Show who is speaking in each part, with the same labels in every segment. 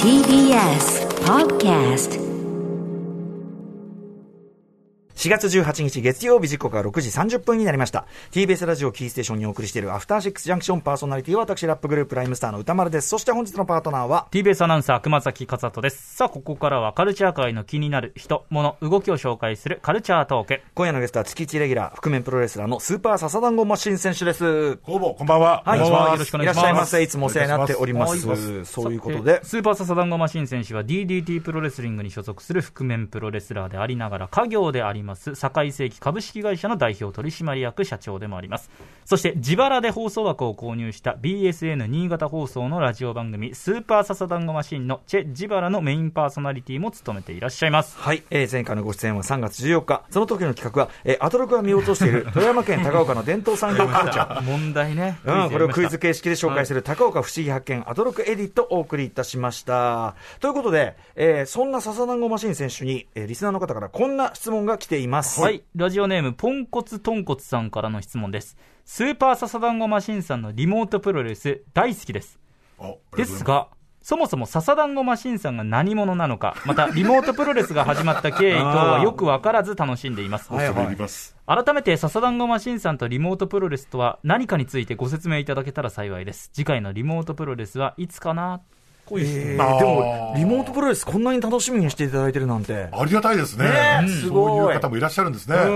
Speaker 1: TBS Podcast
Speaker 2: 4月18日月曜日時刻は6時30分になりました TBS ラジオキーステーションにお送りしているアフターシックスジャンクションパーソナリティは私ラップグループライムスターの歌丸ですそして本日のパートナーは
Speaker 3: TBS アナウンサー熊崎和人ですさあここからはカルチャー界の気になる人物動きを紹介するカルチャートーク
Speaker 2: 今夜のゲストは月一レギュラー覆面プロレスラーのスーパーササダンゴマシン選手です
Speaker 4: 工房、こんばんは。
Speaker 2: はい、
Speaker 3: こんばんはよろしくお
Speaker 2: い
Speaker 3: 願
Speaker 2: ら
Speaker 3: い
Speaker 2: っし
Speaker 3: します
Speaker 2: ゃいませいつもお世話になっております
Speaker 4: お願い
Speaker 2: そういうことで
Speaker 3: さてスーパーササダンゴマシン選手は DDT プロレスリングに所属する覆面プロレスラーでありながら家業であります堺世紀株式会社の代表取締役社長でもありますそして自腹で放送枠を購入した BSN 新潟放送のラジオ番組スーパーササダンゴマシンのチェ・ジバラのメインパーソナリティも務めていらっしゃいます
Speaker 2: はい、えー前回のご出演は3月14日その時の企画は、えーアトロクが見落としている富山県高岡の伝統産業カルチャー
Speaker 3: 問題ね
Speaker 2: うん、これをクイズ
Speaker 3: 系
Speaker 2: 形式で紹介する高岡不思議発見アトロクエディットをお送りいたしました。ということで、えーそんな笹団子マシン選手に、えーリスナーの方からこんな質問が来ています。
Speaker 3: はい。ラジオネーム、ポンコツトンコツさんからの質問です。スーパーササダンゴマシンさんのリモートプロレス大好きです。
Speaker 4: お
Speaker 3: です、が、そもそも笹団子マシンさんが何者なのか、ま たリモートプロレスが始まった経緯等はよくわからず楽しんでいます。
Speaker 4: ありがとうございます恐れ入ります。
Speaker 3: 改めて笹団子マシンさんとリモートプロレスとは何かについてご説明いただけたら幸いです。次回のリモートプロレスはいつかなこういう質問
Speaker 2: え
Speaker 4: あ
Speaker 2: ー
Speaker 4: ー
Speaker 2: でも、リモートプロレスこんなに楽しみにしていただいてるなんて。
Speaker 4: ありがたいですね
Speaker 2: ね。
Speaker 4: うん
Speaker 2: すごい
Speaker 4: そういう方もいらっしゃるんですね。
Speaker 2: う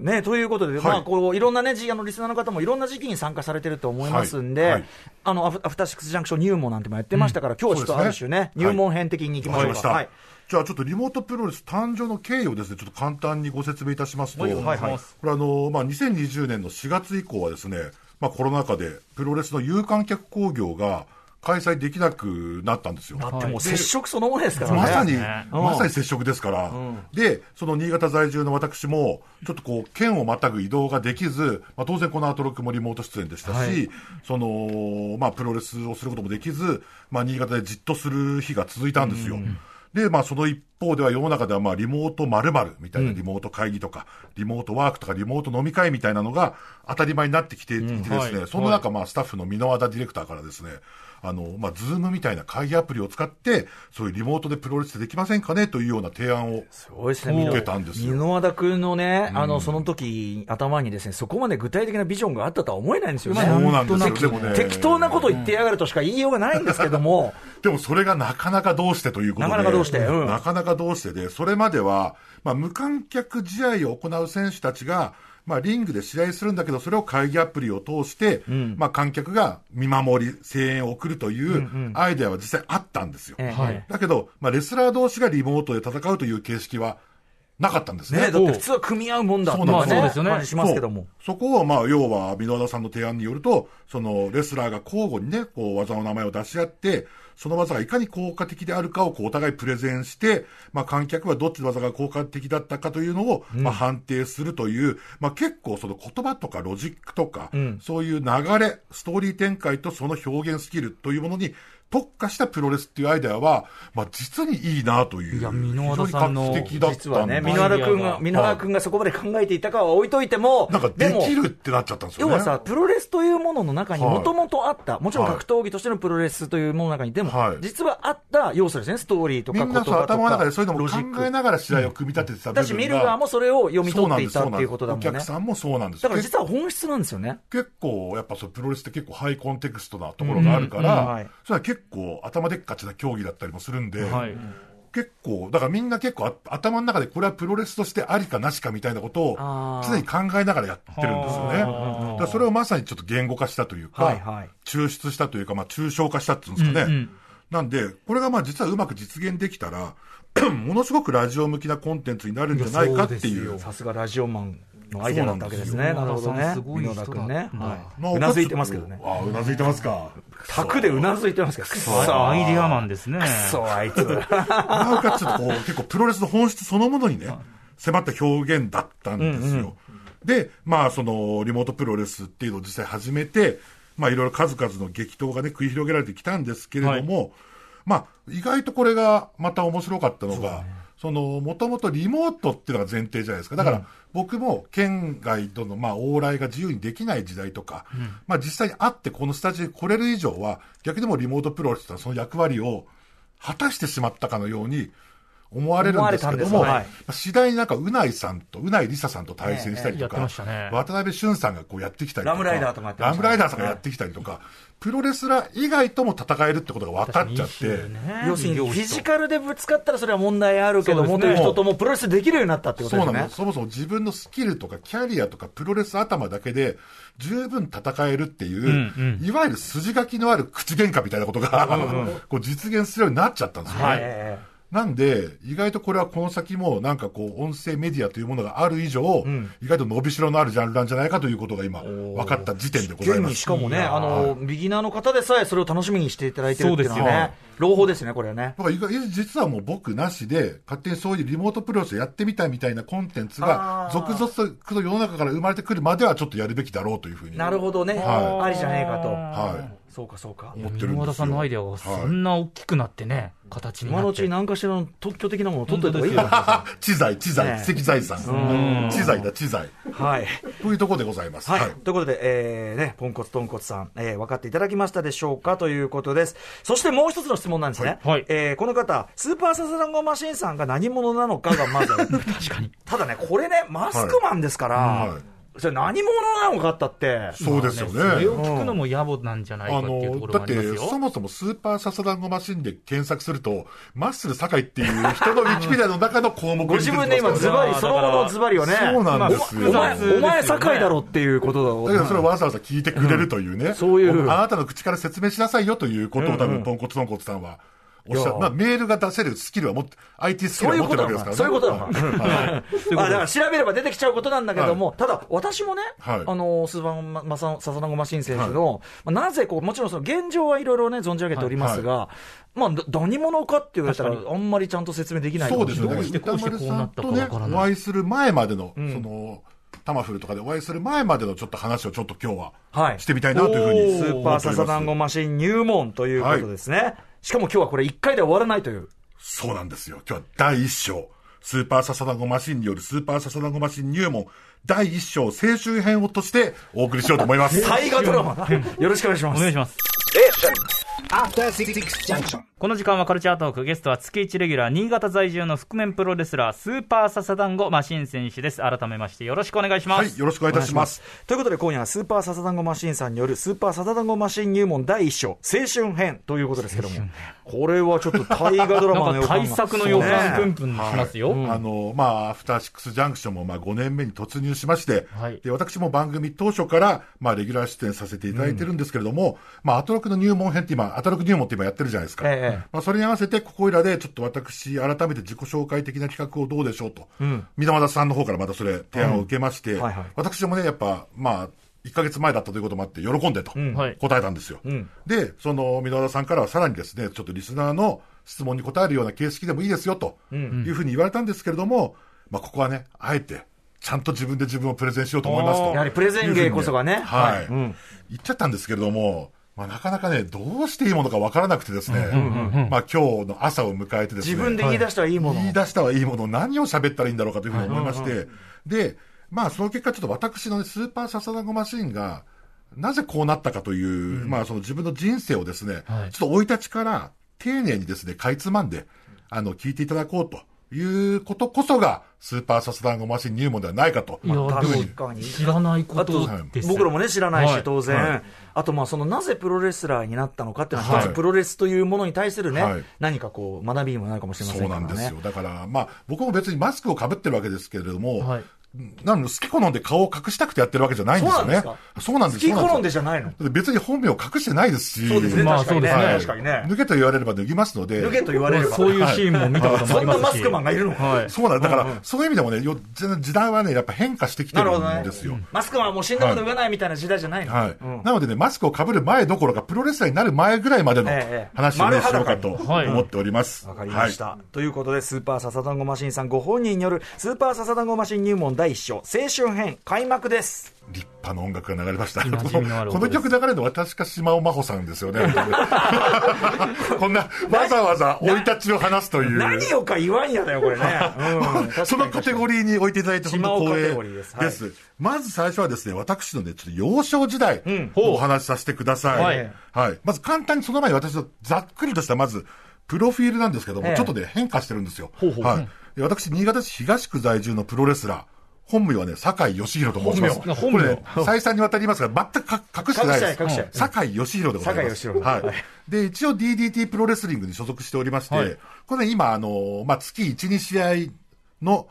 Speaker 2: んね、ということで、
Speaker 4: はい
Speaker 2: まあ、こういろんな、ね、じあのリスナーの方もいろんな時期に参加されてると思いますんで、
Speaker 4: はいはい
Speaker 2: あのアフアフターシックスジャンクション入門なんてもやってましたから、今日はちょっとある種ね、
Speaker 4: そうですね
Speaker 2: 入門編的にいきま
Speaker 4: わ
Speaker 2: しょ
Speaker 4: かり
Speaker 2: う
Speaker 4: まし
Speaker 2: か。
Speaker 4: た、
Speaker 2: はい
Speaker 4: じゃあちょっとリモートプロレス誕生の経緯をですねちょっと簡単にご説明いたしますと、
Speaker 3: はいはいはい
Speaker 4: これあのまあ2020年の4月以降はですね、まあコロナ禍でプロレスの有観客興行が開催できなくなったんですよ。
Speaker 2: でも接触そのものですからね。
Speaker 4: まさに、
Speaker 3: ね
Speaker 4: まさに接触ですから、で、その新潟在住の私も、ちょっとこう、県をまたぐ移動ができず、まあ、当然このアトロックもリモート出演でしたし、その、まあ、プロレスをすることもできず、まあ、新潟でじっとする日が続いたんですよ。で、まあ、その一方では世の中では、まあ、リモート〇〇みたいな、リモート会議とか、リモートワークとか、リモート飲み会みたいなのが当たり前になってきていてですね、
Speaker 3: はい
Speaker 4: その中、まあ、スタッフの箕輪田ディレクターからですね、あの、まあ、ズームみたいな会議アプリを使って、そういうリモートでプロレスできませんかねというような提案を。
Speaker 2: すごいですね、
Speaker 4: 受
Speaker 2: 箕
Speaker 4: けたんですよ
Speaker 2: 箕輪田君のね、あの、その時、頭にですね、そこまで具体的なビジョンがあったとは思えないんですよね。
Speaker 4: そうなんですよ
Speaker 2: 適
Speaker 4: でもね
Speaker 2: 適当なこと言ってやがるとしか言いようがないんですけども、
Speaker 4: でもそれがなかなかどうしてということで。
Speaker 2: なかなかどうしてうん
Speaker 4: なかなかどうしてで、それまでは、まあ、無観客試合を行う選手たちが、まあ、リングで試合するんだけど、それを会議アプリを通して、まあ、観客が見守り、声援を送るというアイデアは実際あったんですよ。
Speaker 2: ええ
Speaker 3: はい
Speaker 4: だけど、まあ、レスラー同士がリモートで戦うという形式はなかったんですね。
Speaker 2: ね、だって普通は組み合うもんだってい
Speaker 4: そううなんです
Speaker 3: まあそうですよね
Speaker 2: 感じしますけども。
Speaker 4: そうそこを、まあ、要は、箕輪田さんの提案によると、その、レスラーが交互にね、こう、技の名前を出し合って、その技がいかに効果的であるかを、こう、お互いプレゼンして、まあ、観客はどっちの技が効果的だったかというのを、まあ、判定するという、まあ、結構、その言葉とかロジックとか、そういう流れ、ストーリー展開とその表現スキルというものに、特化したプロレスっていうアイデアは、まあ、実にいいなという。
Speaker 3: いや箕輪田さんの
Speaker 4: 非常に画期的だったんです
Speaker 2: 実はね、箕輪田君が、箕輪田君がそこまで考えていたかは置いといても、
Speaker 4: なんか
Speaker 2: で
Speaker 4: で
Speaker 2: も
Speaker 4: きるってなっちゃったんですよ
Speaker 2: 要
Speaker 4: ね。
Speaker 2: はさ、プロレスというものの中に
Speaker 4: はい
Speaker 2: もともとあった、もちろん
Speaker 4: はい
Speaker 2: 格闘技としてのプロレスというものの中に、でも
Speaker 4: はい、
Speaker 2: 実はあった要素ですね、ストーリーとか言
Speaker 4: みん
Speaker 2: 葉
Speaker 4: な
Speaker 2: と
Speaker 4: そう
Speaker 2: か。
Speaker 4: 頭の中でそういうのも
Speaker 2: ロジ
Speaker 4: 考
Speaker 2: ック
Speaker 4: えながら試合を組み立ててた部分が、
Speaker 2: だし、見る側もそれを読み取っていたっていうことだもんね。
Speaker 4: そうなんですそうなんです
Speaker 2: だ
Speaker 4: お客さんもそうなんです
Speaker 2: から実は本質なんですよね。
Speaker 4: 結構やっぱそうプロレスって結構ハイコンテクストなところがあるから、
Speaker 2: うんうんはい
Speaker 4: それは結構頭でっかちな競技だったりもするんで、
Speaker 3: はい
Speaker 4: 結構だからみんな結構あ頭の中でこれはプロレスとしてありかなしかみたいなことを
Speaker 2: あー
Speaker 4: 常に考えながらやってるんですよね
Speaker 3: はあ
Speaker 4: だからそれをまさにちょっと言語化したというか、
Speaker 2: はいはい
Speaker 4: 抽出したというか、まあ、抽象化したっていうんですかね、
Speaker 3: うんうん
Speaker 4: なんでこれがまあ実はうまく実現できたら ものすごくラジオ向きなコンテンツになるんじゃないかっていう
Speaker 2: さすがラジオマンのアイデアだったわけですね。
Speaker 3: そう
Speaker 2: なる
Speaker 3: なん
Speaker 2: ほ
Speaker 3: です
Speaker 2: ど
Speaker 3: よ
Speaker 2: ね。
Speaker 3: すごい人だ
Speaker 2: 箕輪田君ね。
Speaker 4: まあ
Speaker 2: はい。うなずいてますけどね。
Speaker 4: ああうなずいてますか
Speaker 2: タクでうなずいてますけど。くそ
Speaker 3: アイデアマンですね
Speaker 2: そう、あいつ。
Speaker 4: なおかつこう結構プロレスの本質そのものにね、迫った表現だったんですよ。で、まあそのリモートプロレスっていうのを実際始めて、まあいろいろ数々の激闘がね、繰り広げられてきたんですけれども、まあ意外とこれがまた面白かったのが、そその、もともとリモートっていうのが前提じゃないですか。だから、僕も県外との、まあ、往来が自由にできない時代とか、まあ、実際に会ってこのスタジオに来れる以上は、逆にもうリモートプロレスってのはその役割を果たしてしまったかのように、思われるんですけど
Speaker 2: 思
Speaker 4: も、
Speaker 2: われたん
Speaker 4: ま
Speaker 2: ですよ
Speaker 4: あ次第になんか、うないさんと、うないりささんと対戦した
Speaker 3: えええ
Speaker 4: りと
Speaker 3: えやって
Speaker 4: か
Speaker 3: ましたね、
Speaker 4: 渡辺俊さんがこうやってきたりとか、
Speaker 2: ラムライダーとかやってましたね
Speaker 4: ラムライダーさんがやってきたりとか、プロレスラー以外とも戦えるってことが分かっちゃって、
Speaker 2: 要するにフィジ
Speaker 3: カ
Speaker 2: カルでぶつかったらそれは問題あるけども、
Speaker 3: そう
Speaker 2: と
Speaker 3: です
Speaker 2: い
Speaker 3: ね
Speaker 2: う人ともプロレスできるようになったってこと
Speaker 4: そう
Speaker 2: で
Speaker 4: な
Speaker 2: す
Speaker 4: の
Speaker 2: ね。
Speaker 4: そもそも自分のスキルとかキャリアとかプロレス頭だけで十分戦えるっていう、
Speaker 3: ん
Speaker 4: いわゆる筋書きのある口喧嘩みたいなことが、 こう実現するようになっちゃったんですよね。
Speaker 3: はい
Speaker 2: え
Speaker 4: なんで、意外とこれはこの先もなんかこう音声メディアというものがある以上、意外と伸びしろのあるジャンルなんじゃないかということが今分かった時点で
Speaker 2: え
Speaker 4: ござい
Speaker 2: 現
Speaker 4: ま
Speaker 2: に
Speaker 4: す
Speaker 2: し。かもね、あの、ビギナーの方でさえそれを楽しみにしていただいてるっていうのは
Speaker 3: そうです
Speaker 4: よ
Speaker 2: ね、朗報ですね、これはね。
Speaker 4: だから意外実はもう僕なしで、勝手にそういうリモートプロレスをやってみたいみたいなコンテンツが
Speaker 2: あ、ー
Speaker 4: 続々と世の中から生まれてくるまではちょっとやるべきだろうというふうに。
Speaker 2: なるほどね、
Speaker 4: は
Speaker 2: ありじゃねえかと。
Speaker 4: は
Speaker 2: そうか、そうか
Speaker 4: い。。思ってるんですよ
Speaker 3: 山田さんのアイデアがそんな大きくなってね、形にな
Speaker 2: 今
Speaker 3: って
Speaker 2: のうちに何かしらの特許的なものを取っといた方がいいか
Speaker 4: はは知財、知財、
Speaker 2: ねえ
Speaker 4: 石材さん。知財だ、知財。
Speaker 2: な。 はい。
Speaker 4: というところでございます。
Speaker 2: はい、ということで、えーね、ポンコツ、トンコツさん、えー分かっていただきましたでしょうかということです。そしてもう一つの質問なんですね。
Speaker 3: はいはい
Speaker 2: えーこの方、スーパーササランゴマシンさんが何者なのかがまず、
Speaker 3: 確かに
Speaker 2: ただね、これね、マスクマンですから、
Speaker 4: はいはい
Speaker 2: それ何者なのかったって、
Speaker 4: そうですよ
Speaker 3: まあそれ
Speaker 4: ね。
Speaker 3: を聞くのも野暮なんじゃないか
Speaker 4: あ
Speaker 3: っていうと
Speaker 4: の
Speaker 3: こ、ろ
Speaker 4: だ
Speaker 3: も
Speaker 4: っ
Speaker 3: あります
Speaker 4: て、
Speaker 3: よ。
Speaker 4: そもそもスーパーササダンゴマシンで検索すると、マッスル酒井っていう人のウィキペディアの中の項目に
Speaker 2: ご自分で今、ズバリ、
Speaker 3: まあ
Speaker 2: そのものズバリをね、
Speaker 4: そうなんですよ
Speaker 2: お前、
Speaker 3: そうですよね
Speaker 2: お前、酒井だろっていうことだろう
Speaker 4: だけどそれをわざわざ聞いてくれるというね、
Speaker 2: そういう
Speaker 4: あなたの口から説明しなさいよということを多分、ポンコツポンコツさんはおっしゃ
Speaker 2: い
Speaker 4: る。
Speaker 2: や
Speaker 4: まあ、メールが出せるスキルは持って、IT スキルは持ってるわけですからね。
Speaker 2: そういうことだなそういうこ
Speaker 4: はい
Speaker 3: いうこと
Speaker 2: あだから調べれば出てきちゃうことなんだけども、ただ、私もね、
Speaker 4: はい
Speaker 2: あのスーパーママサササナゴマシン選手の、まあなぜこう、もちろんその現状はいろいろね、存じ上げておりますが、まあ、だ何者かって言われたら、あんまりちゃんと説明できない
Speaker 4: そうですよ
Speaker 3: ど
Speaker 4: ね。
Speaker 3: うしてこ
Speaker 4: 歌
Speaker 3: うして
Speaker 4: 丸
Speaker 3: こうな
Speaker 4: さん
Speaker 3: ったかわ
Speaker 4: とね、
Speaker 3: からない
Speaker 4: お会いする前までの、その、タマフルとかでお会いする前までのちょっと話をちょっと今日
Speaker 2: は
Speaker 4: はいしてみたいなというふう
Speaker 2: ス
Speaker 4: に。
Speaker 2: ーパーササダンゴ
Speaker 4: ン。
Speaker 2: マシン入門ということですね、しかも今日はこれ、1回で終わらないという、
Speaker 4: そうなんですよ。今日は第一章。スーパーササダンゴマシンによるスーパーササダンゴマシン入門第一章青春編をとしてお送りしようと思い ます。
Speaker 2: 大河ドラマ、よろしくお願いしま
Speaker 3: お願い
Speaker 2: す
Speaker 3: し。ます。
Speaker 5: After Six Six Junction.
Speaker 3: この時間はカルチャートーク、ゲストは月1レギュラー、新潟在住の覆面プロレスラー、スーパーササダンゴマシン選手です。改めましてよろしくお願いします。
Speaker 4: はい、よろしくお願いいたします。
Speaker 2: ということで今夜はスーパーササダンゴマシンさんによるスーパーササダンゴマシン入門第一章青春編ということですけどもこれはちょっと大河ドラマ
Speaker 3: な
Speaker 2: の
Speaker 3: ん
Speaker 2: 予
Speaker 3: か
Speaker 2: 感
Speaker 3: 対
Speaker 2: が
Speaker 3: 策の予感プ
Speaker 2: ね
Speaker 3: ンプンしますよ。
Speaker 4: あの、まあ、アフターシックスジャンクションも、まあ、5年目に突入しまして、
Speaker 3: はい
Speaker 4: で、私も番組当初から、まあ、レギュラー出演させていただいてるんですけれども、まあ、アトロクの入門編って今、アトロク入門って今やってるじゃないですか。
Speaker 2: ええ
Speaker 4: まあ、それに合わせて、ここいらで、ちょっと私、改めて自己紹介的な企画をどうでしょうと、水俣さんの方からまたそれ、提案を受けまして、
Speaker 2: はいはい
Speaker 4: 私もね、やっぱ、まあ、1ヶ月前だったということもあって、喜んでと
Speaker 3: はい
Speaker 4: 答えたんですよ。で、その、箕輪田さんからはさらにですね、ちょっとリスナーの質問に答えるような形式でもいいですよ、というふうに言われたんですけれども、まあ、ここはね、あえて、ちゃんと自分で自分をプレゼンしようと思いますと。
Speaker 2: やはりプレゼン芸こそがね
Speaker 4: はい。
Speaker 2: はいうん
Speaker 4: 言っちゃったんですけれども、まあ、なかなかね、どうしていいものかわからなくてですね、まあ、今日の朝を迎えてですね、
Speaker 2: 自分で言い出したらいいもの
Speaker 4: 言い出したはいいもの、何を喋ったらいいんだろうかというふうに思いまして、で、まあ、その結果、ちょっと私のねスーパーササダゴマシンが、なぜこうなったかという、まあ、その自分の人生をですね、
Speaker 3: はい
Speaker 4: ちょっと生い立ちから丁寧にですね、かいつまんで、あの、聞いていただこうと。いうことこそが、スーパーササダンゴマシン入門ではないかと。
Speaker 3: いや、でも
Speaker 2: 確かに
Speaker 3: 知らないこ
Speaker 2: あ
Speaker 3: と
Speaker 2: と
Speaker 3: です。
Speaker 2: 僕らもね知らない
Speaker 3: は
Speaker 2: し
Speaker 3: い
Speaker 2: 当
Speaker 4: は
Speaker 2: 然あとまあそのなぜプロレスラーになったのかっていうのは
Speaker 4: はい
Speaker 2: 一つプロレスというものに対する
Speaker 4: は
Speaker 2: ね
Speaker 4: い
Speaker 2: 何かこう学びにもなるかもしれませ
Speaker 4: そうん
Speaker 2: から
Speaker 4: なんです
Speaker 2: ね
Speaker 4: よ。だから、まあ、僕も別にマスクをかぶってるわけですけれども、
Speaker 3: はい
Speaker 4: なので好き好んで顔を隠したくてやってるわけじゃないんですよね。そうなんで
Speaker 2: 好
Speaker 4: す
Speaker 2: き好んで
Speaker 4: です
Speaker 2: じゃないの
Speaker 4: だって別に本名を隠してないですし。
Speaker 2: そうですね
Speaker 3: まあ
Speaker 2: 確かにね
Speaker 3: そうで
Speaker 2: 確
Speaker 3: すね
Speaker 2: かにね
Speaker 4: 抜けと言われれば脱ぎますので。
Speaker 2: 抜けと言われれば
Speaker 3: そういうシーンも見たこともあ
Speaker 2: そ
Speaker 3: り
Speaker 2: ん
Speaker 3: ま
Speaker 2: なマ
Speaker 3: すし。
Speaker 2: スクマンがいるのか
Speaker 3: はい。
Speaker 4: そうなんだから、そういう意味でもねよ、時代はね、やっぱ変化してきて
Speaker 2: なる
Speaker 4: る
Speaker 2: ほど
Speaker 4: ん
Speaker 2: ね
Speaker 4: ですよ。
Speaker 2: マスクマンはもう死んだこと言わないみたいな時代じゃないの
Speaker 4: はい、
Speaker 2: うん
Speaker 4: なのでね、マスクをかぶる前どころか、プロレスラーになる前ぐらいまでの
Speaker 2: ええええ
Speaker 4: 話をね、
Speaker 2: 丸
Speaker 4: しよ
Speaker 2: 裸
Speaker 4: うかと
Speaker 3: はい
Speaker 4: 思っております。
Speaker 2: わかりました、ということで、スーパーササダンゴマシンさんご本人によるスーパーササダンゴマシン入門第1章、青春編開幕です。
Speaker 4: 立派な音楽が流れました。こ
Speaker 3: 馴染みのある
Speaker 4: の
Speaker 3: 音
Speaker 4: こ
Speaker 3: で
Speaker 4: の
Speaker 3: す
Speaker 4: 曲流れるのは確か島尾真帆さんですよね。 こんなわざわざ生い立ちを話すという。
Speaker 2: 何をか言わんやだよ、これ ね。うん、
Speaker 4: そのカテゴリーに置いていただいて、本当光
Speaker 2: 島尾カテゴリー
Speaker 4: 栄
Speaker 2: ですはい
Speaker 4: です。まず最初はですね、私のね、ちょっと幼少時代
Speaker 2: ん、
Speaker 4: お話しさせてください。
Speaker 3: は
Speaker 4: はいい。まず簡単にその前に私のざっくりとした、まず、プロフィールなんですけど
Speaker 2: え
Speaker 4: も、
Speaker 2: え
Speaker 4: ちょっとね、変化してるんですよ。
Speaker 3: ほうほう
Speaker 4: はい。で私、新潟市東区在住のプロレスラー。本名はね、酒井義弘と申します。
Speaker 3: 本名
Speaker 4: これね、再三にわたりますが、全くか隠してないで
Speaker 2: 隠してない隠
Speaker 4: す。酒井義弘でございます。
Speaker 2: 酒井義弘
Speaker 4: はい。で、一応 DDT プロレスリングに所属しておりまして、
Speaker 3: はい
Speaker 4: これね今、あの、まあ、月1、2試合の、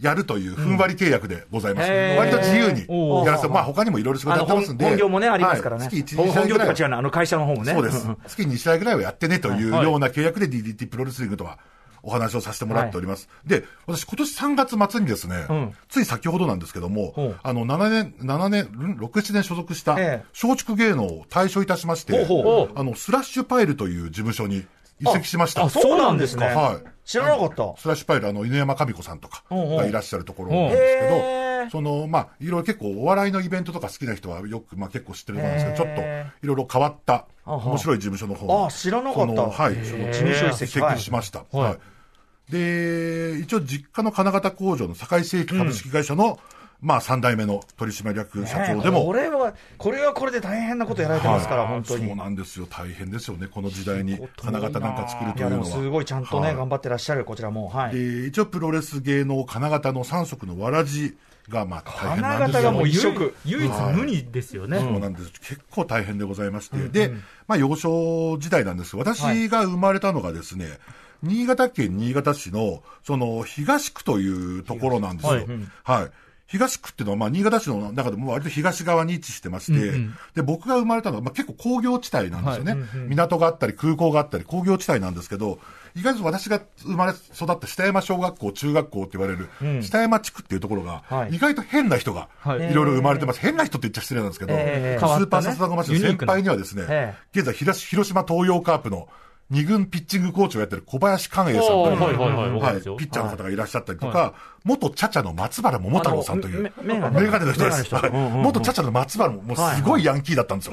Speaker 4: やるというふんわり契約でございます。
Speaker 2: うんへー
Speaker 4: 割と自由
Speaker 3: お
Speaker 4: に
Speaker 3: ー
Speaker 4: やらせて、まあ他にもいろいろ仕事
Speaker 2: あ
Speaker 4: や
Speaker 2: の
Speaker 4: ってま
Speaker 2: 本
Speaker 4: すんで。
Speaker 2: 本業もね、ありますからね。
Speaker 4: はい月1、
Speaker 2: 本
Speaker 4: 2試合
Speaker 2: 本業
Speaker 4: ぐ
Speaker 2: と
Speaker 4: らい
Speaker 2: か
Speaker 4: は
Speaker 2: 違うの、あの会社の方もね。
Speaker 4: そうで す
Speaker 2: ん。
Speaker 4: 月2試合ぐらいはやってねという
Speaker 3: はい
Speaker 4: ような契約で DDT プロレスリングとはお話をさせてもらっております。で、私今年3月末にですね、
Speaker 2: ん
Speaker 4: つい先ほどなんですけど
Speaker 2: ほ
Speaker 4: も
Speaker 2: う、
Speaker 4: あの、7年、7年、ん6、7年所属した
Speaker 2: ええ
Speaker 4: 松竹芸能を退所いたしまして、
Speaker 2: ほうほ
Speaker 4: あの、スラッシュパイルという事務所に移籍しました。
Speaker 2: あ、そうなんですね。
Speaker 4: はい。
Speaker 2: 知らなかった。
Speaker 4: スラッシュパイル、あの、犬山神子さんとか
Speaker 2: うんうん
Speaker 4: がいらっしゃるところなんですけ
Speaker 2: うん
Speaker 4: ど
Speaker 2: へー、
Speaker 4: その、まあ、いろいろ結構お笑いのイベントとか好きな人はよく、まあ結構知ってると思うんですけど、ちょっと
Speaker 2: へ
Speaker 4: いろいろ変わった、
Speaker 2: あは
Speaker 4: 面白い事務所の方に
Speaker 2: あ知らなかった
Speaker 4: そのはい、
Speaker 2: へー
Speaker 4: その事務所移籍
Speaker 2: はい
Speaker 4: しました。
Speaker 3: はい
Speaker 4: はい。で、一応実家の金型工場の堺製機株式会社の、まあ3代目の取締役社長で
Speaker 2: ねえこ
Speaker 4: も、
Speaker 2: れは、これはこれで大変なことやられてますから、
Speaker 4: はい
Speaker 2: 本当に。
Speaker 4: そうなんですよ。大変ですよね。この時代に金型なんか作ると
Speaker 2: い
Speaker 4: い
Speaker 2: や、
Speaker 4: う
Speaker 2: で
Speaker 4: の
Speaker 2: も
Speaker 4: は。
Speaker 2: すごいちゃんと
Speaker 4: は
Speaker 2: ね、
Speaker 4: い
Speaker 2: 頑張ってらっしゃる、こちらも。はい。
Speaker 4: で一応プロレス芸能金型の三足のわらじがまあ大変な
Speaker 2: 金型
Speaker 4: んです
Speaker 2: が
Speaker 4: よ
Speaker 2: もう一色
Speaker 3: 唯唯一無二ですよね、
Speaker 4: そうなんです結構大変でございまして、で、まあ、幼少時代なんです私が生まれたのがですね、新潟県新潟市のその東区というところなんですよ。
Speaker 3: は
Speaker 4: はいい、東区っていうのは、まあ、新潟市の中でも割と東側に位置してまして、で、僕が生まれたのは、まあ、結構工業地帯なんですよね、港があったり、空港があったり、工業地帯なんですけど、意外と私が生まれ育った下山小学校、中学校って言われる、下山地区っていうところが、
Speaker 2: はい
Speaker 4: 意外と変な人が、
Speaker 3: はい
Speaker 4: いろいろ生まれてます。変な人って言っちゃ失礼なんですけど、
Speaker 2: ええ
Speaker 4: スーパーサスダゴマシの先輩にはですね、
Speaker 2: え
Speaker 4: 現在広し、広島東洋カープの二軍ピッチングコーチをやってる小林寛永さん
Speaker 3: お
Speaker 4: と
Speaker 3: ー
Speaker 4: いう、
Speaker 3: はいはいはいわかりますよ
Speaker 4: ピッチャーの方がいらっしゃったりとか、元チャチャの松原桃太郎さんとい
Speaker 2: あの
Speaker 4: う、
Speaker 2: めめ
Speaker 4: メ
Speaker 2: 眼
Speaker 4: ガ
Speaker 2: 鏡
Speaker 4: ネの人です。
Speaker 2: 眼
Speaker 4: はい
Speaker 2: 鏡の人うんうんうん
Speaker 4: 元チャチャの松原も、もうすごいヤンキーだったんですよ。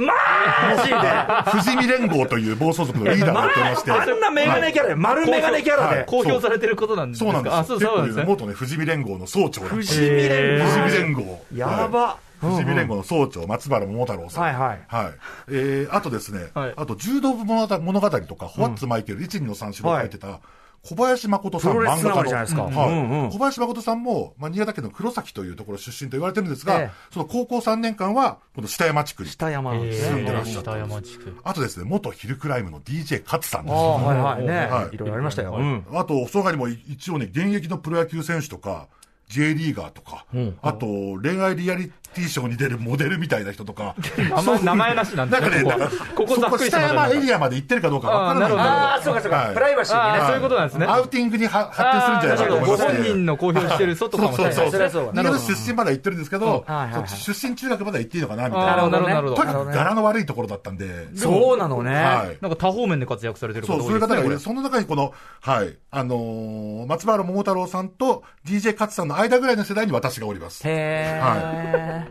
Speaker 4: 富士見連合という暴走族のリーダーをやってまして。
Speaker 2: あんなメガネキャラで、丸メガネキャラ
Speaker 4: は
Speaker 2: で
Speaker 4: い。
Speaker 3: 公表されてることなんです
Speaker 4: そ
Speaker 3: か
Speaker 4: うなんですよ。
Speaker 3: あそうそうなんです
Speaker 4: 結構
Speaker 3: ね
Speaker 4: 元ね、富士見連合の総長だったん
Speaker 2: 不
Speaker 4: で
Speaker 2: 死
Speaker 4: す
Speaker 2: 身連
Speaker 4: 富士
Speaker 2: 合
Speaker 4: 見連合。
Speaker 2: や
Speaker 4: はい
Speaker 2: ば。
Speaker 4: 富士見連合の総長、松原桃太郎さん。
Speaker 2: はいはい
Speaker 4: えーあとですね、
Speaker 3: はい
Speaker 4: あと、柔道部物語とか、ホワッツマイケル、一二の三四郎書いてた、小林誠さん、
Speaker 2: プロレ
Speaker 4: 漫
Speaker 2: ス
Speaker 4: 画
Speaker 2: なわけ
Speaker 4: 家
Speaker 2: じゃないですか
Speaker 4: の、はい
Speaker 2: うんうん
Speaker 4: 小林誠さんも、まあ、新潟県の黒崎というところ出身と言われてるんですが、
Speaker 2: ええ
Speaker 4: その高校3年間は、この下山地区に。
Speaker 2: 北山なんですね
Speaker 4: 住んでらっしゃった
Speaker 3: 北山地区
Speaker 4: あとですね、元ヒルクライムの DJ 勝さんで
Speaker 2: あ
Speaker 4: す。
Speaker 2: あ、はいはい。
Speaker 4: は
Speaker 2: ね
Speaker 4: い
Speaker 2: いろいろありましたよ。うん
Speaker 4: あと、その他にもい一応ね、現役のプロ野球選手とか、J リーガーとか、あと、恋愛リアリティショーに出るモデルみたいな人 とか、
Speaker 3: あんま名前なしなんで
Speaker 4: な
Speaker 3: す
Speaker 4: んか
Speaker 3: ね
Speaker 4: ね、
Speaker 3: ここはここ
Speaker 4: だからそ
Speaker 3: ざっ
Speaker 4: こ
Speaker 3: くりした
Speaker 4: 下
Speaker 3: のが
Speaker 4: 山エリアまで行ってるかどうかわからないんだけど
Speaker 3: あ
Speaker 2: ああ、そうかそうか
Speaker 4: は。い
Speaker 2: プライバシーに
Speaker 3: あ
Speaker 2: ね
Speaker 3: あ。そういうことなんですね
Speaker 4: アウティングには発展するんじゃないかと思い
Speaker 3: ご
Speaker 4: ます
Speaker 3: 本人の公表してる外かもしれ
Speaker 4: そ
Speaker 3: な
Speaker 4: う
Speaker 3: い
Speaker 4: そう
Speaker 2: そりゃそうだ
Speaker 4: そう。新潟出身まで行ってるんですけど、
Speaker 2: はいはいはい
Speaker 4: そっち出身中学まで行っていいのかなみたい
Speaker 3: あーな
Speaker 4: な。
Speaker 3: るほ
Speaker 2: な
Speaker 3: どな
Speaker 2: るほど
Speaker 3: るほど
Speaker 4: とにかく柄の悪いところだったんで。
Speaker 2: そうなの
Speaker 4: は
Speaker 2: ね。
Speaker 4: い。
Speaker 3: なんか多方面で活躍されてる
Speaker 4: そ
Speaker 3: 方
Speaker 4: う、
Speaker 3: 多
Speaker 4: そ
Speaker 3: いう
Speaker 4: いう
Speaker 3: です
Speaker 4: 方
Speaker 3: ね
Speaker 4: がい
Speaker 3: こ
Speaker 4: る。
Speaker 3: れ
Speaker 4: その中にこの、はい、あのー松原桃太郎さんと DJ 勝さんの間ぐらいの世代に私がおります。
Speaker 2: へえ。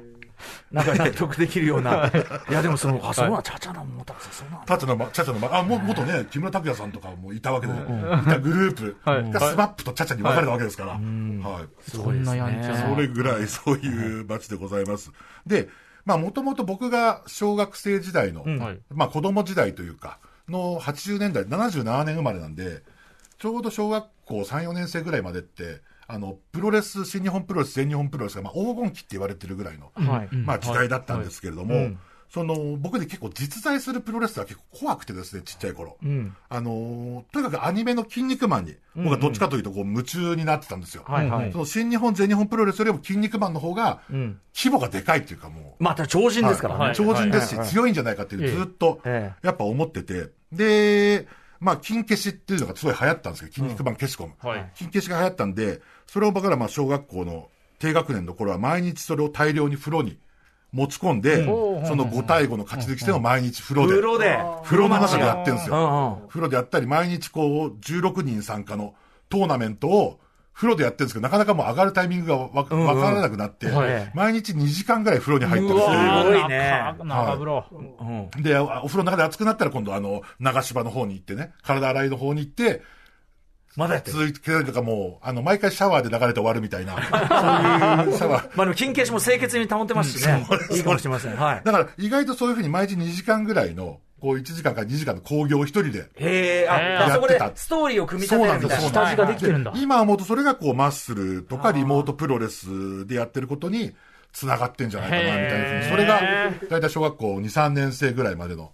Speaker 2: なんか納得できるような。いや、でもその、あ、そうなん、ちゃちゃなもんだ、そうなんだ。
Speaker 4: たちのま、ちゃちゃのま、あ、も、元ね、木村拓哉さんとかもいたわけで、いたグループがスマップとちゃちゃに分かれたわけですから。はい。
Speaker 3: そんなやんちゃ
Speaker 4: そ
Speaker 3: な
Speaker 4: れぐらいそういう街でございます。で、まあもともと僕が小学生時代の、
Speaker 3: はい
Speaker 4: まあ子供時代というか、の80年代、77年生まれなんで、ちょうど小学校3、4年生ぐらいまでって、あの、プロレス、新日本プロレス、全日本プロレスが、まあ黄金期って言われてるぐらいの、
Speaker 2: はい。
Speaker 4: まあ時代だったんですけれども、その、僕で結構実在するプロレスは結構怖くてですね、ちっちゃい頃。
Speaker 2: うん。
Speaker 4: あのーとにかくアニメの筋肉マンに、僕はどっちかというとこう夢中になってたんですよ。
Speaker 2: はいはい
Speaker 4: そ。の新日本、全日本プロレスよりも筋肉マンの方が、
Speaker 2: ん
Speaker 4: 規模がでかいっていうかもう、
Speaker 2: また超人ですからね。
Speaker 3: はい
Speaker 4: 超人ですし、
Speaker 2: はいはい
Speaker 4: 強いんじゃないかっていう、ずっと
Speaker 2: え、
Speaker 4: やっぱ思ってて、で、まあ、金消しっていうのがすごい流行ったんですけど、筋肉マン消し込む。
Speaker 3: はい
Speaker 4: 金消しが流行ったんで、それを僕らまあ小学校の低学年の頃は毎日それを大量に風呂に持ち込んで、その5対5の勝ち抜き戦を毎日風呂で、
Speaker 2: 風呂で。
Speaker 4: 風呂の中でやってるんです
Speaker 2: う
Speaker 4: よ。
Speaker 2: んうん。
Speaker 4: 風呂でやったり、毎日こう、16人参加のトーナメントを、風呂でやってるんですけど、なかなかもう上がるタイミングがわわ
Speaker 2: うんうん
Speaker 4: わからなくなって、
Speaker 3: はい
Speaker 4: 毎日2時間ぐらい風呂に入ってるんです
Speaker 2: うわ
Speaker 4: よ。
Speaker 2: すごいね
Speaker 3: あー中中風呂。
Speaker 2: うん。
Speaker 4: で、あお風呂の中で熱くなったら今度あの、流し場の方に行ってね、体洗いの方に行って、
Speaker 2: まだやってる。
Speaker 4: 続いてるとかもう、あの、毎回シャワーで流れて終わるみた いな、そういうシャワー。
Speaker 2: まあでも、金消しも清潔に保ってますし ね。いいかもしれません。はい。
Speaker 4: だから意外とそういうふうに毎日2時間ぐらいの、こう1時間から2時間の興行を一人で。
Speaker 2: へえ、あ、
Speaker 3: へ
Speaker 2: だ
Speaker 3: ー
Speaker 2: からそこで
Speaker 4: やってた
Speaker 2: ストーリーを組み立てるみたいな。
Speaker 4: そうなんですそうなんです
Speaker 3: 下地ができてるんだ。
Speaker 4: 今思うとそれがこうマッスルとかリモートプロレスでやってることに繋がってんじゃないかなみたいなふうに
Speaker 3: へー
Speaker 4: それが大体小学校2、3年生ぐらいまでの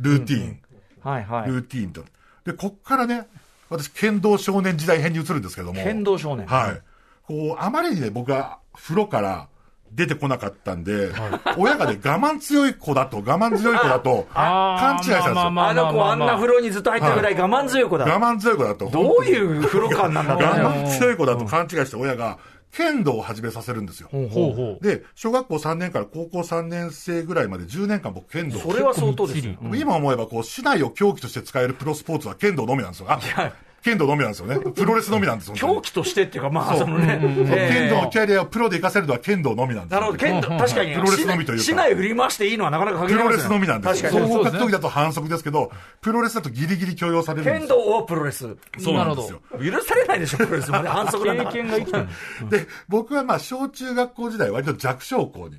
Speaker 4: ルーティーン、
Speaker 2: はいはい。
Speaker 4: ルーティーンと。で、こっからね、私剣道少年時代編に移るんですけども。
Speaker 2: 剣道少年。
Speaker 4: はい。こう、あまりにね、僕は風呂から出てこなかったんで、親がね、我慢強い子だと、我慢強い子だと、勘
Speaker 3: あ
Speaker 4: 違い
Speaker 3: ー
Speaker 4: したんですよ。
Speaker 3: まあま
Speaker 2: あの子あんな風呂にずっと入ってるぐらい我慢強い子だ。
Speaker 4: 我慢強い子だと。
Speaker 2: どういう風呂感なんだろうね
Speaker 4: 我慢強い子だと勘違いして親が、剣道を始めさせるんですよ。
Speaker 3: ほうほう。
Speaker 4: で、小学校3年から高校3年生ぐらいまで10年間僕剣道を
Speaker 2: それは相当ですよ。
Speaker 4: 今思えば、こう、市内を競技として使えるプロスポーツは剣道のみなんですよ。あ、剣道のみなんですよね。プロレスのみなんですよ。
Speaker 2: 狂気としてっていうか、まあ、
Speaker 4: そ
Speaker 2: そ
Speaker 4: う
Speaker 2: のね、えー
Speaker 4: 剣道のキャリアをプロで活かせるのは剣道のみなんです
Speaker 2: な
Speaker 4: よ
Speaker 2: るほど、剣道、確かに、
Speaker 4: プロレスのみというか
Speaker 2: 市内振り回していいのはなかなか限
Speaker 4: プ
Speaker 2: ら
Speaker 4: ロ
Speaker 2: れま
Speaker 4: レ
Speaker 2: す
Speaker 4: ス
Speaker 2: ね
Speaker 4: のみなんですよ。
Speaker 2: 確かに。
Speaker 4: 総合格闘技だと反則ですけど、プロレスだとギリギリ許容されるんで
Speaker 2: 剣
Speaker 4: すよ。
Speaker 2: 道をプロレス。
Speaker 4: そうなんですよ。
Speaker 2: 許されないでしょ、プロレスもね。反則なんだ
Speaker 3: 経
Speaker 2: から。
Speaker 3: 験が生きてる。
Speaker 4: で、僕はまあ、小中学校時代、割と弱小校に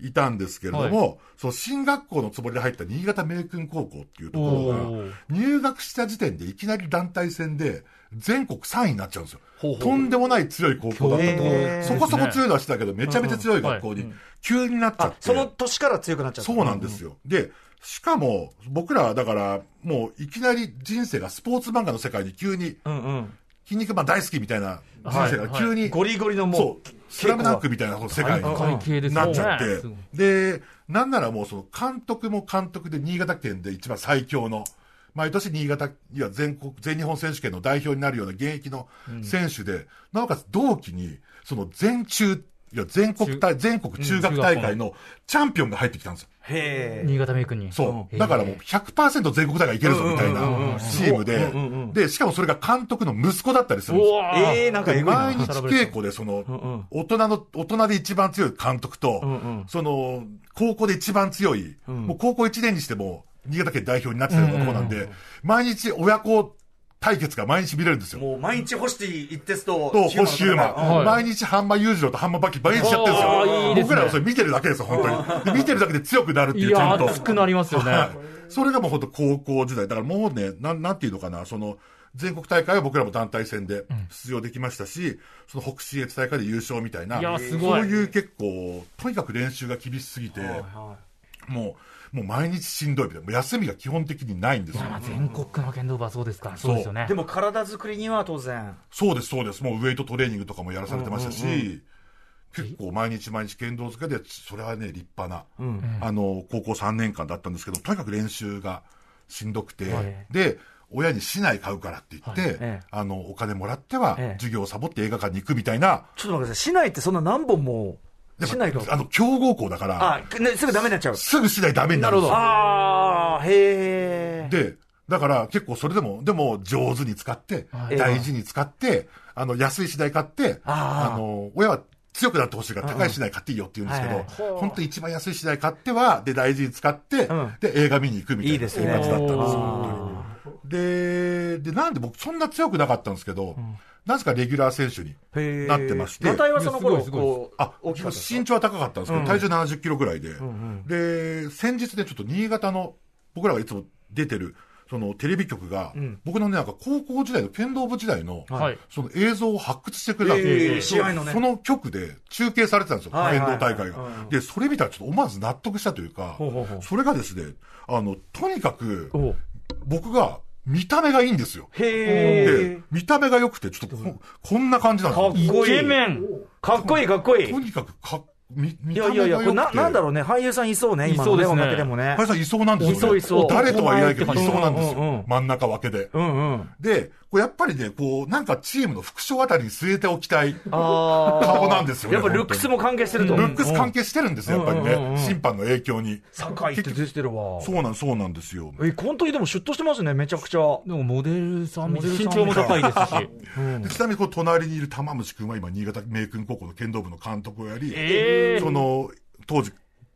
Speaker 4: いたんですけれども、そう、進学校のつもりで入った新潟明君高校っていうとこ
Speaker 3: お
Speaker 4: ろ
Speaker 3: ー
Speaker 4: が、入学した時点でいきなり団体戦で、全国3位になっちゃうんですよ。
Speaker 2: うほう
Speaker 4: とんでもない強い高校だったと
Speaker 2: へー。
Speaker 4: そこそこ強いのはしてたけど、めちゃめちゃ強い学校に、急になっちゃっ
Speaker 2: あ
Speaker 4: て。
Speaker 2: その年から強くなっちゃった。
Speaker 4: そうなんですよ。で、しかも、僕らはだから、もういきなり人生がスポーツ漫画の世界に急に、
Speaker 2: うんうん。
Speaker 4: 筋肉マン大好きみたいな人生が
Speaker 3: はい
Speaker 4: 急に、
Speaker 2: ゴリゴリのも、
Speaker 4: そうう、スラムダンクみたいな世界
Speaker 2: 体
Speaker 3: 会
Speaker 4: に
Speaker 3: 系です
Speaker 4: なっちゃっ
Speaker 3: ね
Speaker 4: て、で、なんならもうその監督も監督で新潟県で一番最強の、毎年新潟、いや全国、全日本選手権の代表になるような現役の選手で、なおかつ同期に、その全中、いや全国大、全国中学大会のチャンピオンが入ってきたんですよ。
Speaker 2: へえ。
Speaker 3: 新潟メイクに。
Speaker 4: そうう。
Speaker 3: ん
Speaker 4: だからもう100%全国大会いけるぞみたいな
Speaker 2: うんうんうんうん
Speaker 4: チームで
Speaker 2: うんうんうん、
Speaker 4: で、しかもそれが監督の息子だったりするんですよ
Speaker 3: う。わー
Speaker 2: ええ、なんかエグいな
Speaker 4: 毎日稽古で、その、大人の、大人で一番強い監督
Speaker 2: ん
Speaker 4: と
Speaker 2: うん、
Speaker 4: その、高校で一番強い、もう高校1年にしても、新潟県代表になってたようなとこなんで、毎日親子対決が毎日見れるんですよ。
Speaker 2: もう毎日ホシティ一徹と、
Speaker 4: と、星
Speaker 2: う
Speaker 4: 優
Speaker 2: ん
Speaker 4: 馬。
Speaker 3: い
Speaker 4: 毎日ハンマ裕次郎とハンマバキ毎日やってるんです
Speaker 3: あーい
Speaker 4: よ
Speaker 3: い。ですね
Speaker 4: 僕らはそれ見てるだけですよ、本当に。で見てるだけで強くなるってい、
Speaker 3: いう
Speaker 4: ちゃ
Speaker 3: や
Speaker 4: んと
Speaker 3: ー、。熱くなりますよね。
Speaker 4: はい。それがもう本当高校時代。だからもうね、なん、なんていうのかな、その、全国大会は僕らも団体戦で出場できましたし、その北信越大会で優勝みたいな、
Speaker 3: いやすごい
Speaker 4: そういう結構、とにかく練習が厳しすぎて、もう、もう毎日しんどいみたいな、もう休みが基本的にないんですよ。
Speaker 3: まあ全国区の剣道部はそうですか。そうですよね。
Speaker 2: でも体作りには当然。
Speaker 4: そうです、そうです。もうウェイトトレーニングとかもやらされてましたし、結構毎日毎日剣道漬けで、それはね、立派な、あの、高校3年間だったんですけど、とにかく練習がしんどくて、
Speaker 3: はい
Speaker 4: で、親に市内買うからって言って、
Speaker 2: ええ
Speaker 4: あの、お金もらっては
Speaker 2: ええ、
Speaker 4: 授業をサボって映画館に行くみたいな、
Speaker 2: ちょっと待ってください。市内ってそんな何本も、
Speaker 4: やっぱ
Speaker 2: 市内が。
Speaker 4: あの、強豪校だから、
Speaker 2: あ、ねすぐダメになっちゃう。
Speaker 4: すぐ市内ダメになるんですよ
Speaker 2: ああ、へえ。
Speaker 4: で、だから結構それでも、でも上手に使って、
Speaker 3: はい
Speaker 4: 大事に使って、あの、安い次第買って、
Speaker 2: あー
Speaker 4: あの、親は強くなってほしいから高い次第買っていいよって言うんですけ
Speaker 2: はい
Speaker 4: ど、本当一番安い次第買っては、で、大事に使って
Speaker 2: うん、
Speaker 4: で、映画見に行くみた
Speaker 2: いい
Speaker 4: いな
Speaker 2: です
Speaker 4: 生
Speaker 2: ね
Speaker 4: 活だったんですよ
Speaker 3: おー
Speaker 4: 本当に。で、で、なんで僕そんな強くなかったんですけど、なぜかレギュラー選手に
Speaker 2: へー
Speaker 4: なってまして、
Speaker 2: 馬体はその頃、
Speaker 3: すごいすご
Speaker 2: こう、
Speaker 4: あ、
Speaker 2: 大きかったですか
Speaker 4: 身長は高かったんですけど、体重70キロぐらいで、で、先日ね、ちょっと新潟の、僕らがいつも出てる、そのテレビ局が、僕のね、なんか高校時代の、剣道部時代の、
Speaker 3: はい
Speaker 4: その映像を発掘してくれたんですよ
Speaker 2: ええ試合のね
Speaker 4: その局で中継されてたんですよ、
Speaker 2: はいはい
Speaker 4: 剣道大会が、
Speaker 2: うん
Speaker 4: で、それ見たらちょっと思わず納得したというか、
Speaker 2: ほうほうほう
Speaker 4: それがですね、あの、とにかく、
Speaker 3: おう
Speaker 4: 僕が見た目がいいんですよ。
Speaker 2: へ
Speaker 4: で
Speaker 2: え。、
Speaker 4: 見た目が良くて、ちょっとここんな感じなんですよ。
Speaker 2: かっこいい
Speaker 3: イケメン
Speaker 2: かっこいいかっこいい
Speaker 4: と。にかくかっみ見
Speaker 2: い
Speaker 4: た
Speaker 2: やい
Speaker 4: 目が
Speaker 2: やいや、
Speaker 4: 良
Speaker 2: こ
Speaker 4: く
Speaker 2: れ
Speaker 4: て
Speaker 2: な、なんだろうね、俳優さんいそうね、今の
Speaker 3: いそうで
Speaker 2: ね、
Speaker 3: すね
Speaker 2: 若手でもね
Speaker 4: 林。さんいそうなんですよ、ね。
Speaker 3: いそういそう
Speaker 4: 誰とは言えないけど、
Speaker 3: 男
Speaker 4: い
Speaker 3: 前って
Speaker 4: そうなんですよ。
Speaker 2: うんうんうん
Speaker 4: 真ん中分けで。
Speaker 2: うんうん。
Speaker 4: で、こうやっぱりね、こう、なんかチームの副将あたりに据えておきたい。
Speaker 2: あー
Speaker 4: 顔なんですよね
Speaker 2: やっぱルックスも関係してると。
Speaker 4: ルックス関係してるんですよ、やっぱり
Speaker 2: うんうんうんう
Speaker 4: ね。
Speaker 2: ん
Speaker 4: 審判の影響に。
Speaker 2: 高いって出てるわ。
Speaker 4: そうなん、そうなんですよ。
Speaker 2: え、コントにでもシュッとしてますね、めちゃくちゃ。
Speaker 3: でもモデルさんみたい
Speaker 2: モデル
Speaker 3: 身
Speaker 2: さん
Speaker 3: 長も高い ですし。
Speaker 4: でちなみに、こう、隣にいる玉虫君は今、新潟明君高校の剣道部の監督をやり、
Speaker 3: え
Speaker 4: その、当時、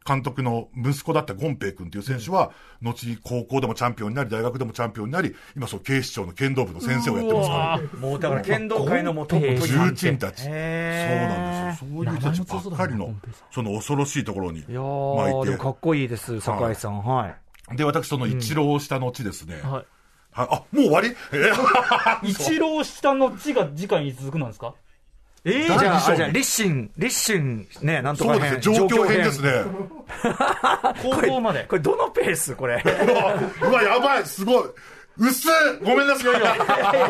Speaker 4: 監督の息子だったゴンペイ君という選手は、後に高校でもチャンピオンになり、大学でもチャンピオンになり、今、そう、警視庁の剣道部の先生をやってますから。
Speaker 2: もうだから剣道界のもうトップ
Speaker 3: う
Speaker 2: と
Speaker 3: わ
Speaker 2: い
Speaker 4: 重
Speaker 2: うか
Speaker 4: 鎮たち。そうなん
Speaker 2: へー
Speaker 4: ですよ。そういう人たちば
Speaker 3: 名前も強
Speaker 4: っかり
Speaker 3: そうだなゴ
Speaker 4: の
Speaker 3: ンペイさ、
Speaker 4: その恐ろしいところに
Speaker 2: いやー、
Speaker 4: 巻
Speaker 2: で
Speaker 4: い
Speaker 2: も
Speaker 4: て
Speaker 2: か。っこいいです、酒井さん。はい。
Speaker 4: で、私、その一浪をした後ですね。
Speaker 3: は
Speaker 4: はいあ、もう終わりえ
Speaker 3: い。一郎下の地が次回に続くなんですか
Speaker 2: えー、じ
Speaker 4: 第二
Speaker 2: ゃあ、
Speaker 4: 章
Speaker 2: あじゃあ、立春、立春、ね、なんと
Speaker 4: そ
Speaker 2: か
Speaker 4: うです
Speaker 2: 編
Speaker 4: ね、状況編です。ね。
Speaker 3: 高校まで。
Speaker 2: これどのペースこれ。
Speaker 4: うわ、うわやばい、すごい。薄いごめんなさい。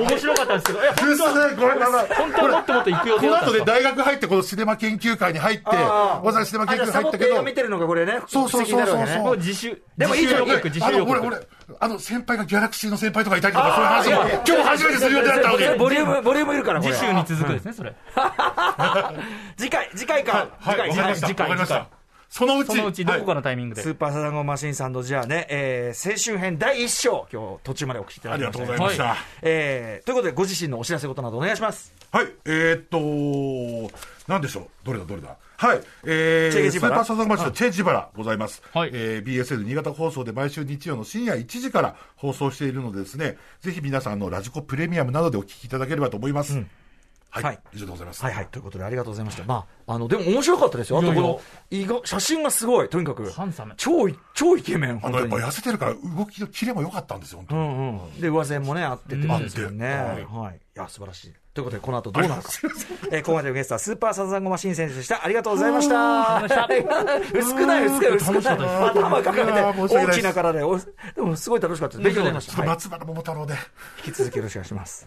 Speaker 3: 面白かったんですけど、いや、
Speaker 4: 薄いごめんなさい。
Speaker 3: 本当はもっともっと行く予
Speaker 4: こ
Speaker 3: 定
Speaker 4: の
Speaker 3: だったんで
Speaker 4: 後です
Speaker 3: か
Speaker 4: 大学入って、このシネマ研究会に入って、
Speaker 2: あー
Speaker 4: わざわざシネマ
Speaker 2: あ、
Speaker 4: 研
Speaker 2: じゃ
Speaker 4: 究
Speaker 2: あ、
Speaker 4: 会
Speaker 2: サ
Speaker 4: 入っ
Speaker 2: ボ
Speaker 4: た
Speaker 2: テ
Speaker 4: け
Speaker 2: ンを
Speaker 4: ど
Speaker 2: 見、てるのがこれね、
Speaker 4: そうそ
Speaker 2: 布
Speaker 4: うそうそう
Speaker 2: 石になるわけね
Speaker 4: そう
Speaker 3: もう自習、
Speaker 2: でもいいじゃん
Speaker 3: 自主予告、自
Speaker 4: あ
Speaker 3: 主予
Speaker 4: の、
Speaker 3: 告。
Speaker 4: 俺、俺、あの、先輩がギャラクシーの先輩とかいたりとか、そういう
Speaker 2: あーい
Speaker 4: 話
Speaker 2: や
Speaker 4: も、今日初めてする予定だったのに。
Speaker 2: ボリューム、ボリュームいるから、これ。
Speaker 3: 自習に続くですね、それ。
Speaker 2: 次回、次回か。次
Speaker 4: はい、
Speaker 2: 回、
Speaker 4: わ
Speaker 2: 次
Speaker 4: かり
Speaker 2: 回
Speaker 3: 次回
Speaker 4: まし。た。わかりまし
Speaker 3: 次
Speaker 4: た。そのうち、
Speaker 3: そのうちどこかのタイミングで
Speaker 2: ス。ーパーサザンゴマシンさんのじゃあね、えー、青春編第1章、今日途中までお聞きいた
Speaker 4: はい
Speaker 2: だ
Speaker 4: あ
Speaker 2: き
Speaker 4: り
Speaker 2: ま
Speaker 4: が
Speaker 2: した
Speaker 4: とう
Speaker 2: ね、
Speaker 4: ございました。
Speaker 2: えーということで、ご自身のお知らせことなどお願いします。
Speaker 4: はい、えー、っと、なんでしょう、どれだ、どれだ。はい、えー、
Speaker 2: チェゲジバラ
Speaker 4: スーパーサザンマッチのチェ・ジバラございます。
Speaker 3: はい
Speaker 4: えー、BSN 新潟放送で毎週日曜の深夜1時から放送しているのでですね、ぜひ皆さんあのラジコプレミアムなどでお聞きいただければと思います。はい、
Speaker 2: はい
Speaker 4: 以上でございます。
Speaker 2: はいはい、ということでありがとうございました。まあ、あの、でも面白かったですよ。あと
Speaker 3: いや
Speaker 2: こ
Speaker 3: いや
Speaker 2: の、意外写真がすごい、とにかく
Speaker 3: ハンサム。
Speaker 2: 超い、超イケメン、
Speaker 4: あ
Speaker 2: 本
Speaker 4: の、や
Speaker 2: 当
Speaker 4: っ
Speaker 2: に
Speaker 4: ぱ。痩せてるから動きのキレも良かったんですよ、本当
Speaker 2: う
Speaker 4: に。
Speaker 2: んうん。で、上背もね、あってってことですよね。
Speaker 4: あって
Speaker 2: はい。いや、素晴らしい。ということで、この後どうなるか。 えー、ここまでのゲストは、スーパーサザンゴマシン選手でした。ありがとうございました。薄くない、薄くない、薄くない。頭抱
Speaker 4: あー申
Speaker 2: え、
Speaker 4: して
Speaker 2: 大
Speaker 4: 訳ないです
Speaker 2: きな体で、おでも、すごい楽しかったです。勉強になりまし。
Speaker 4: ちょったと
Speaker 2: はい
Speaker 4: 松原桃太郎で。
Speaker 2: 引き続きよろしくお願いします。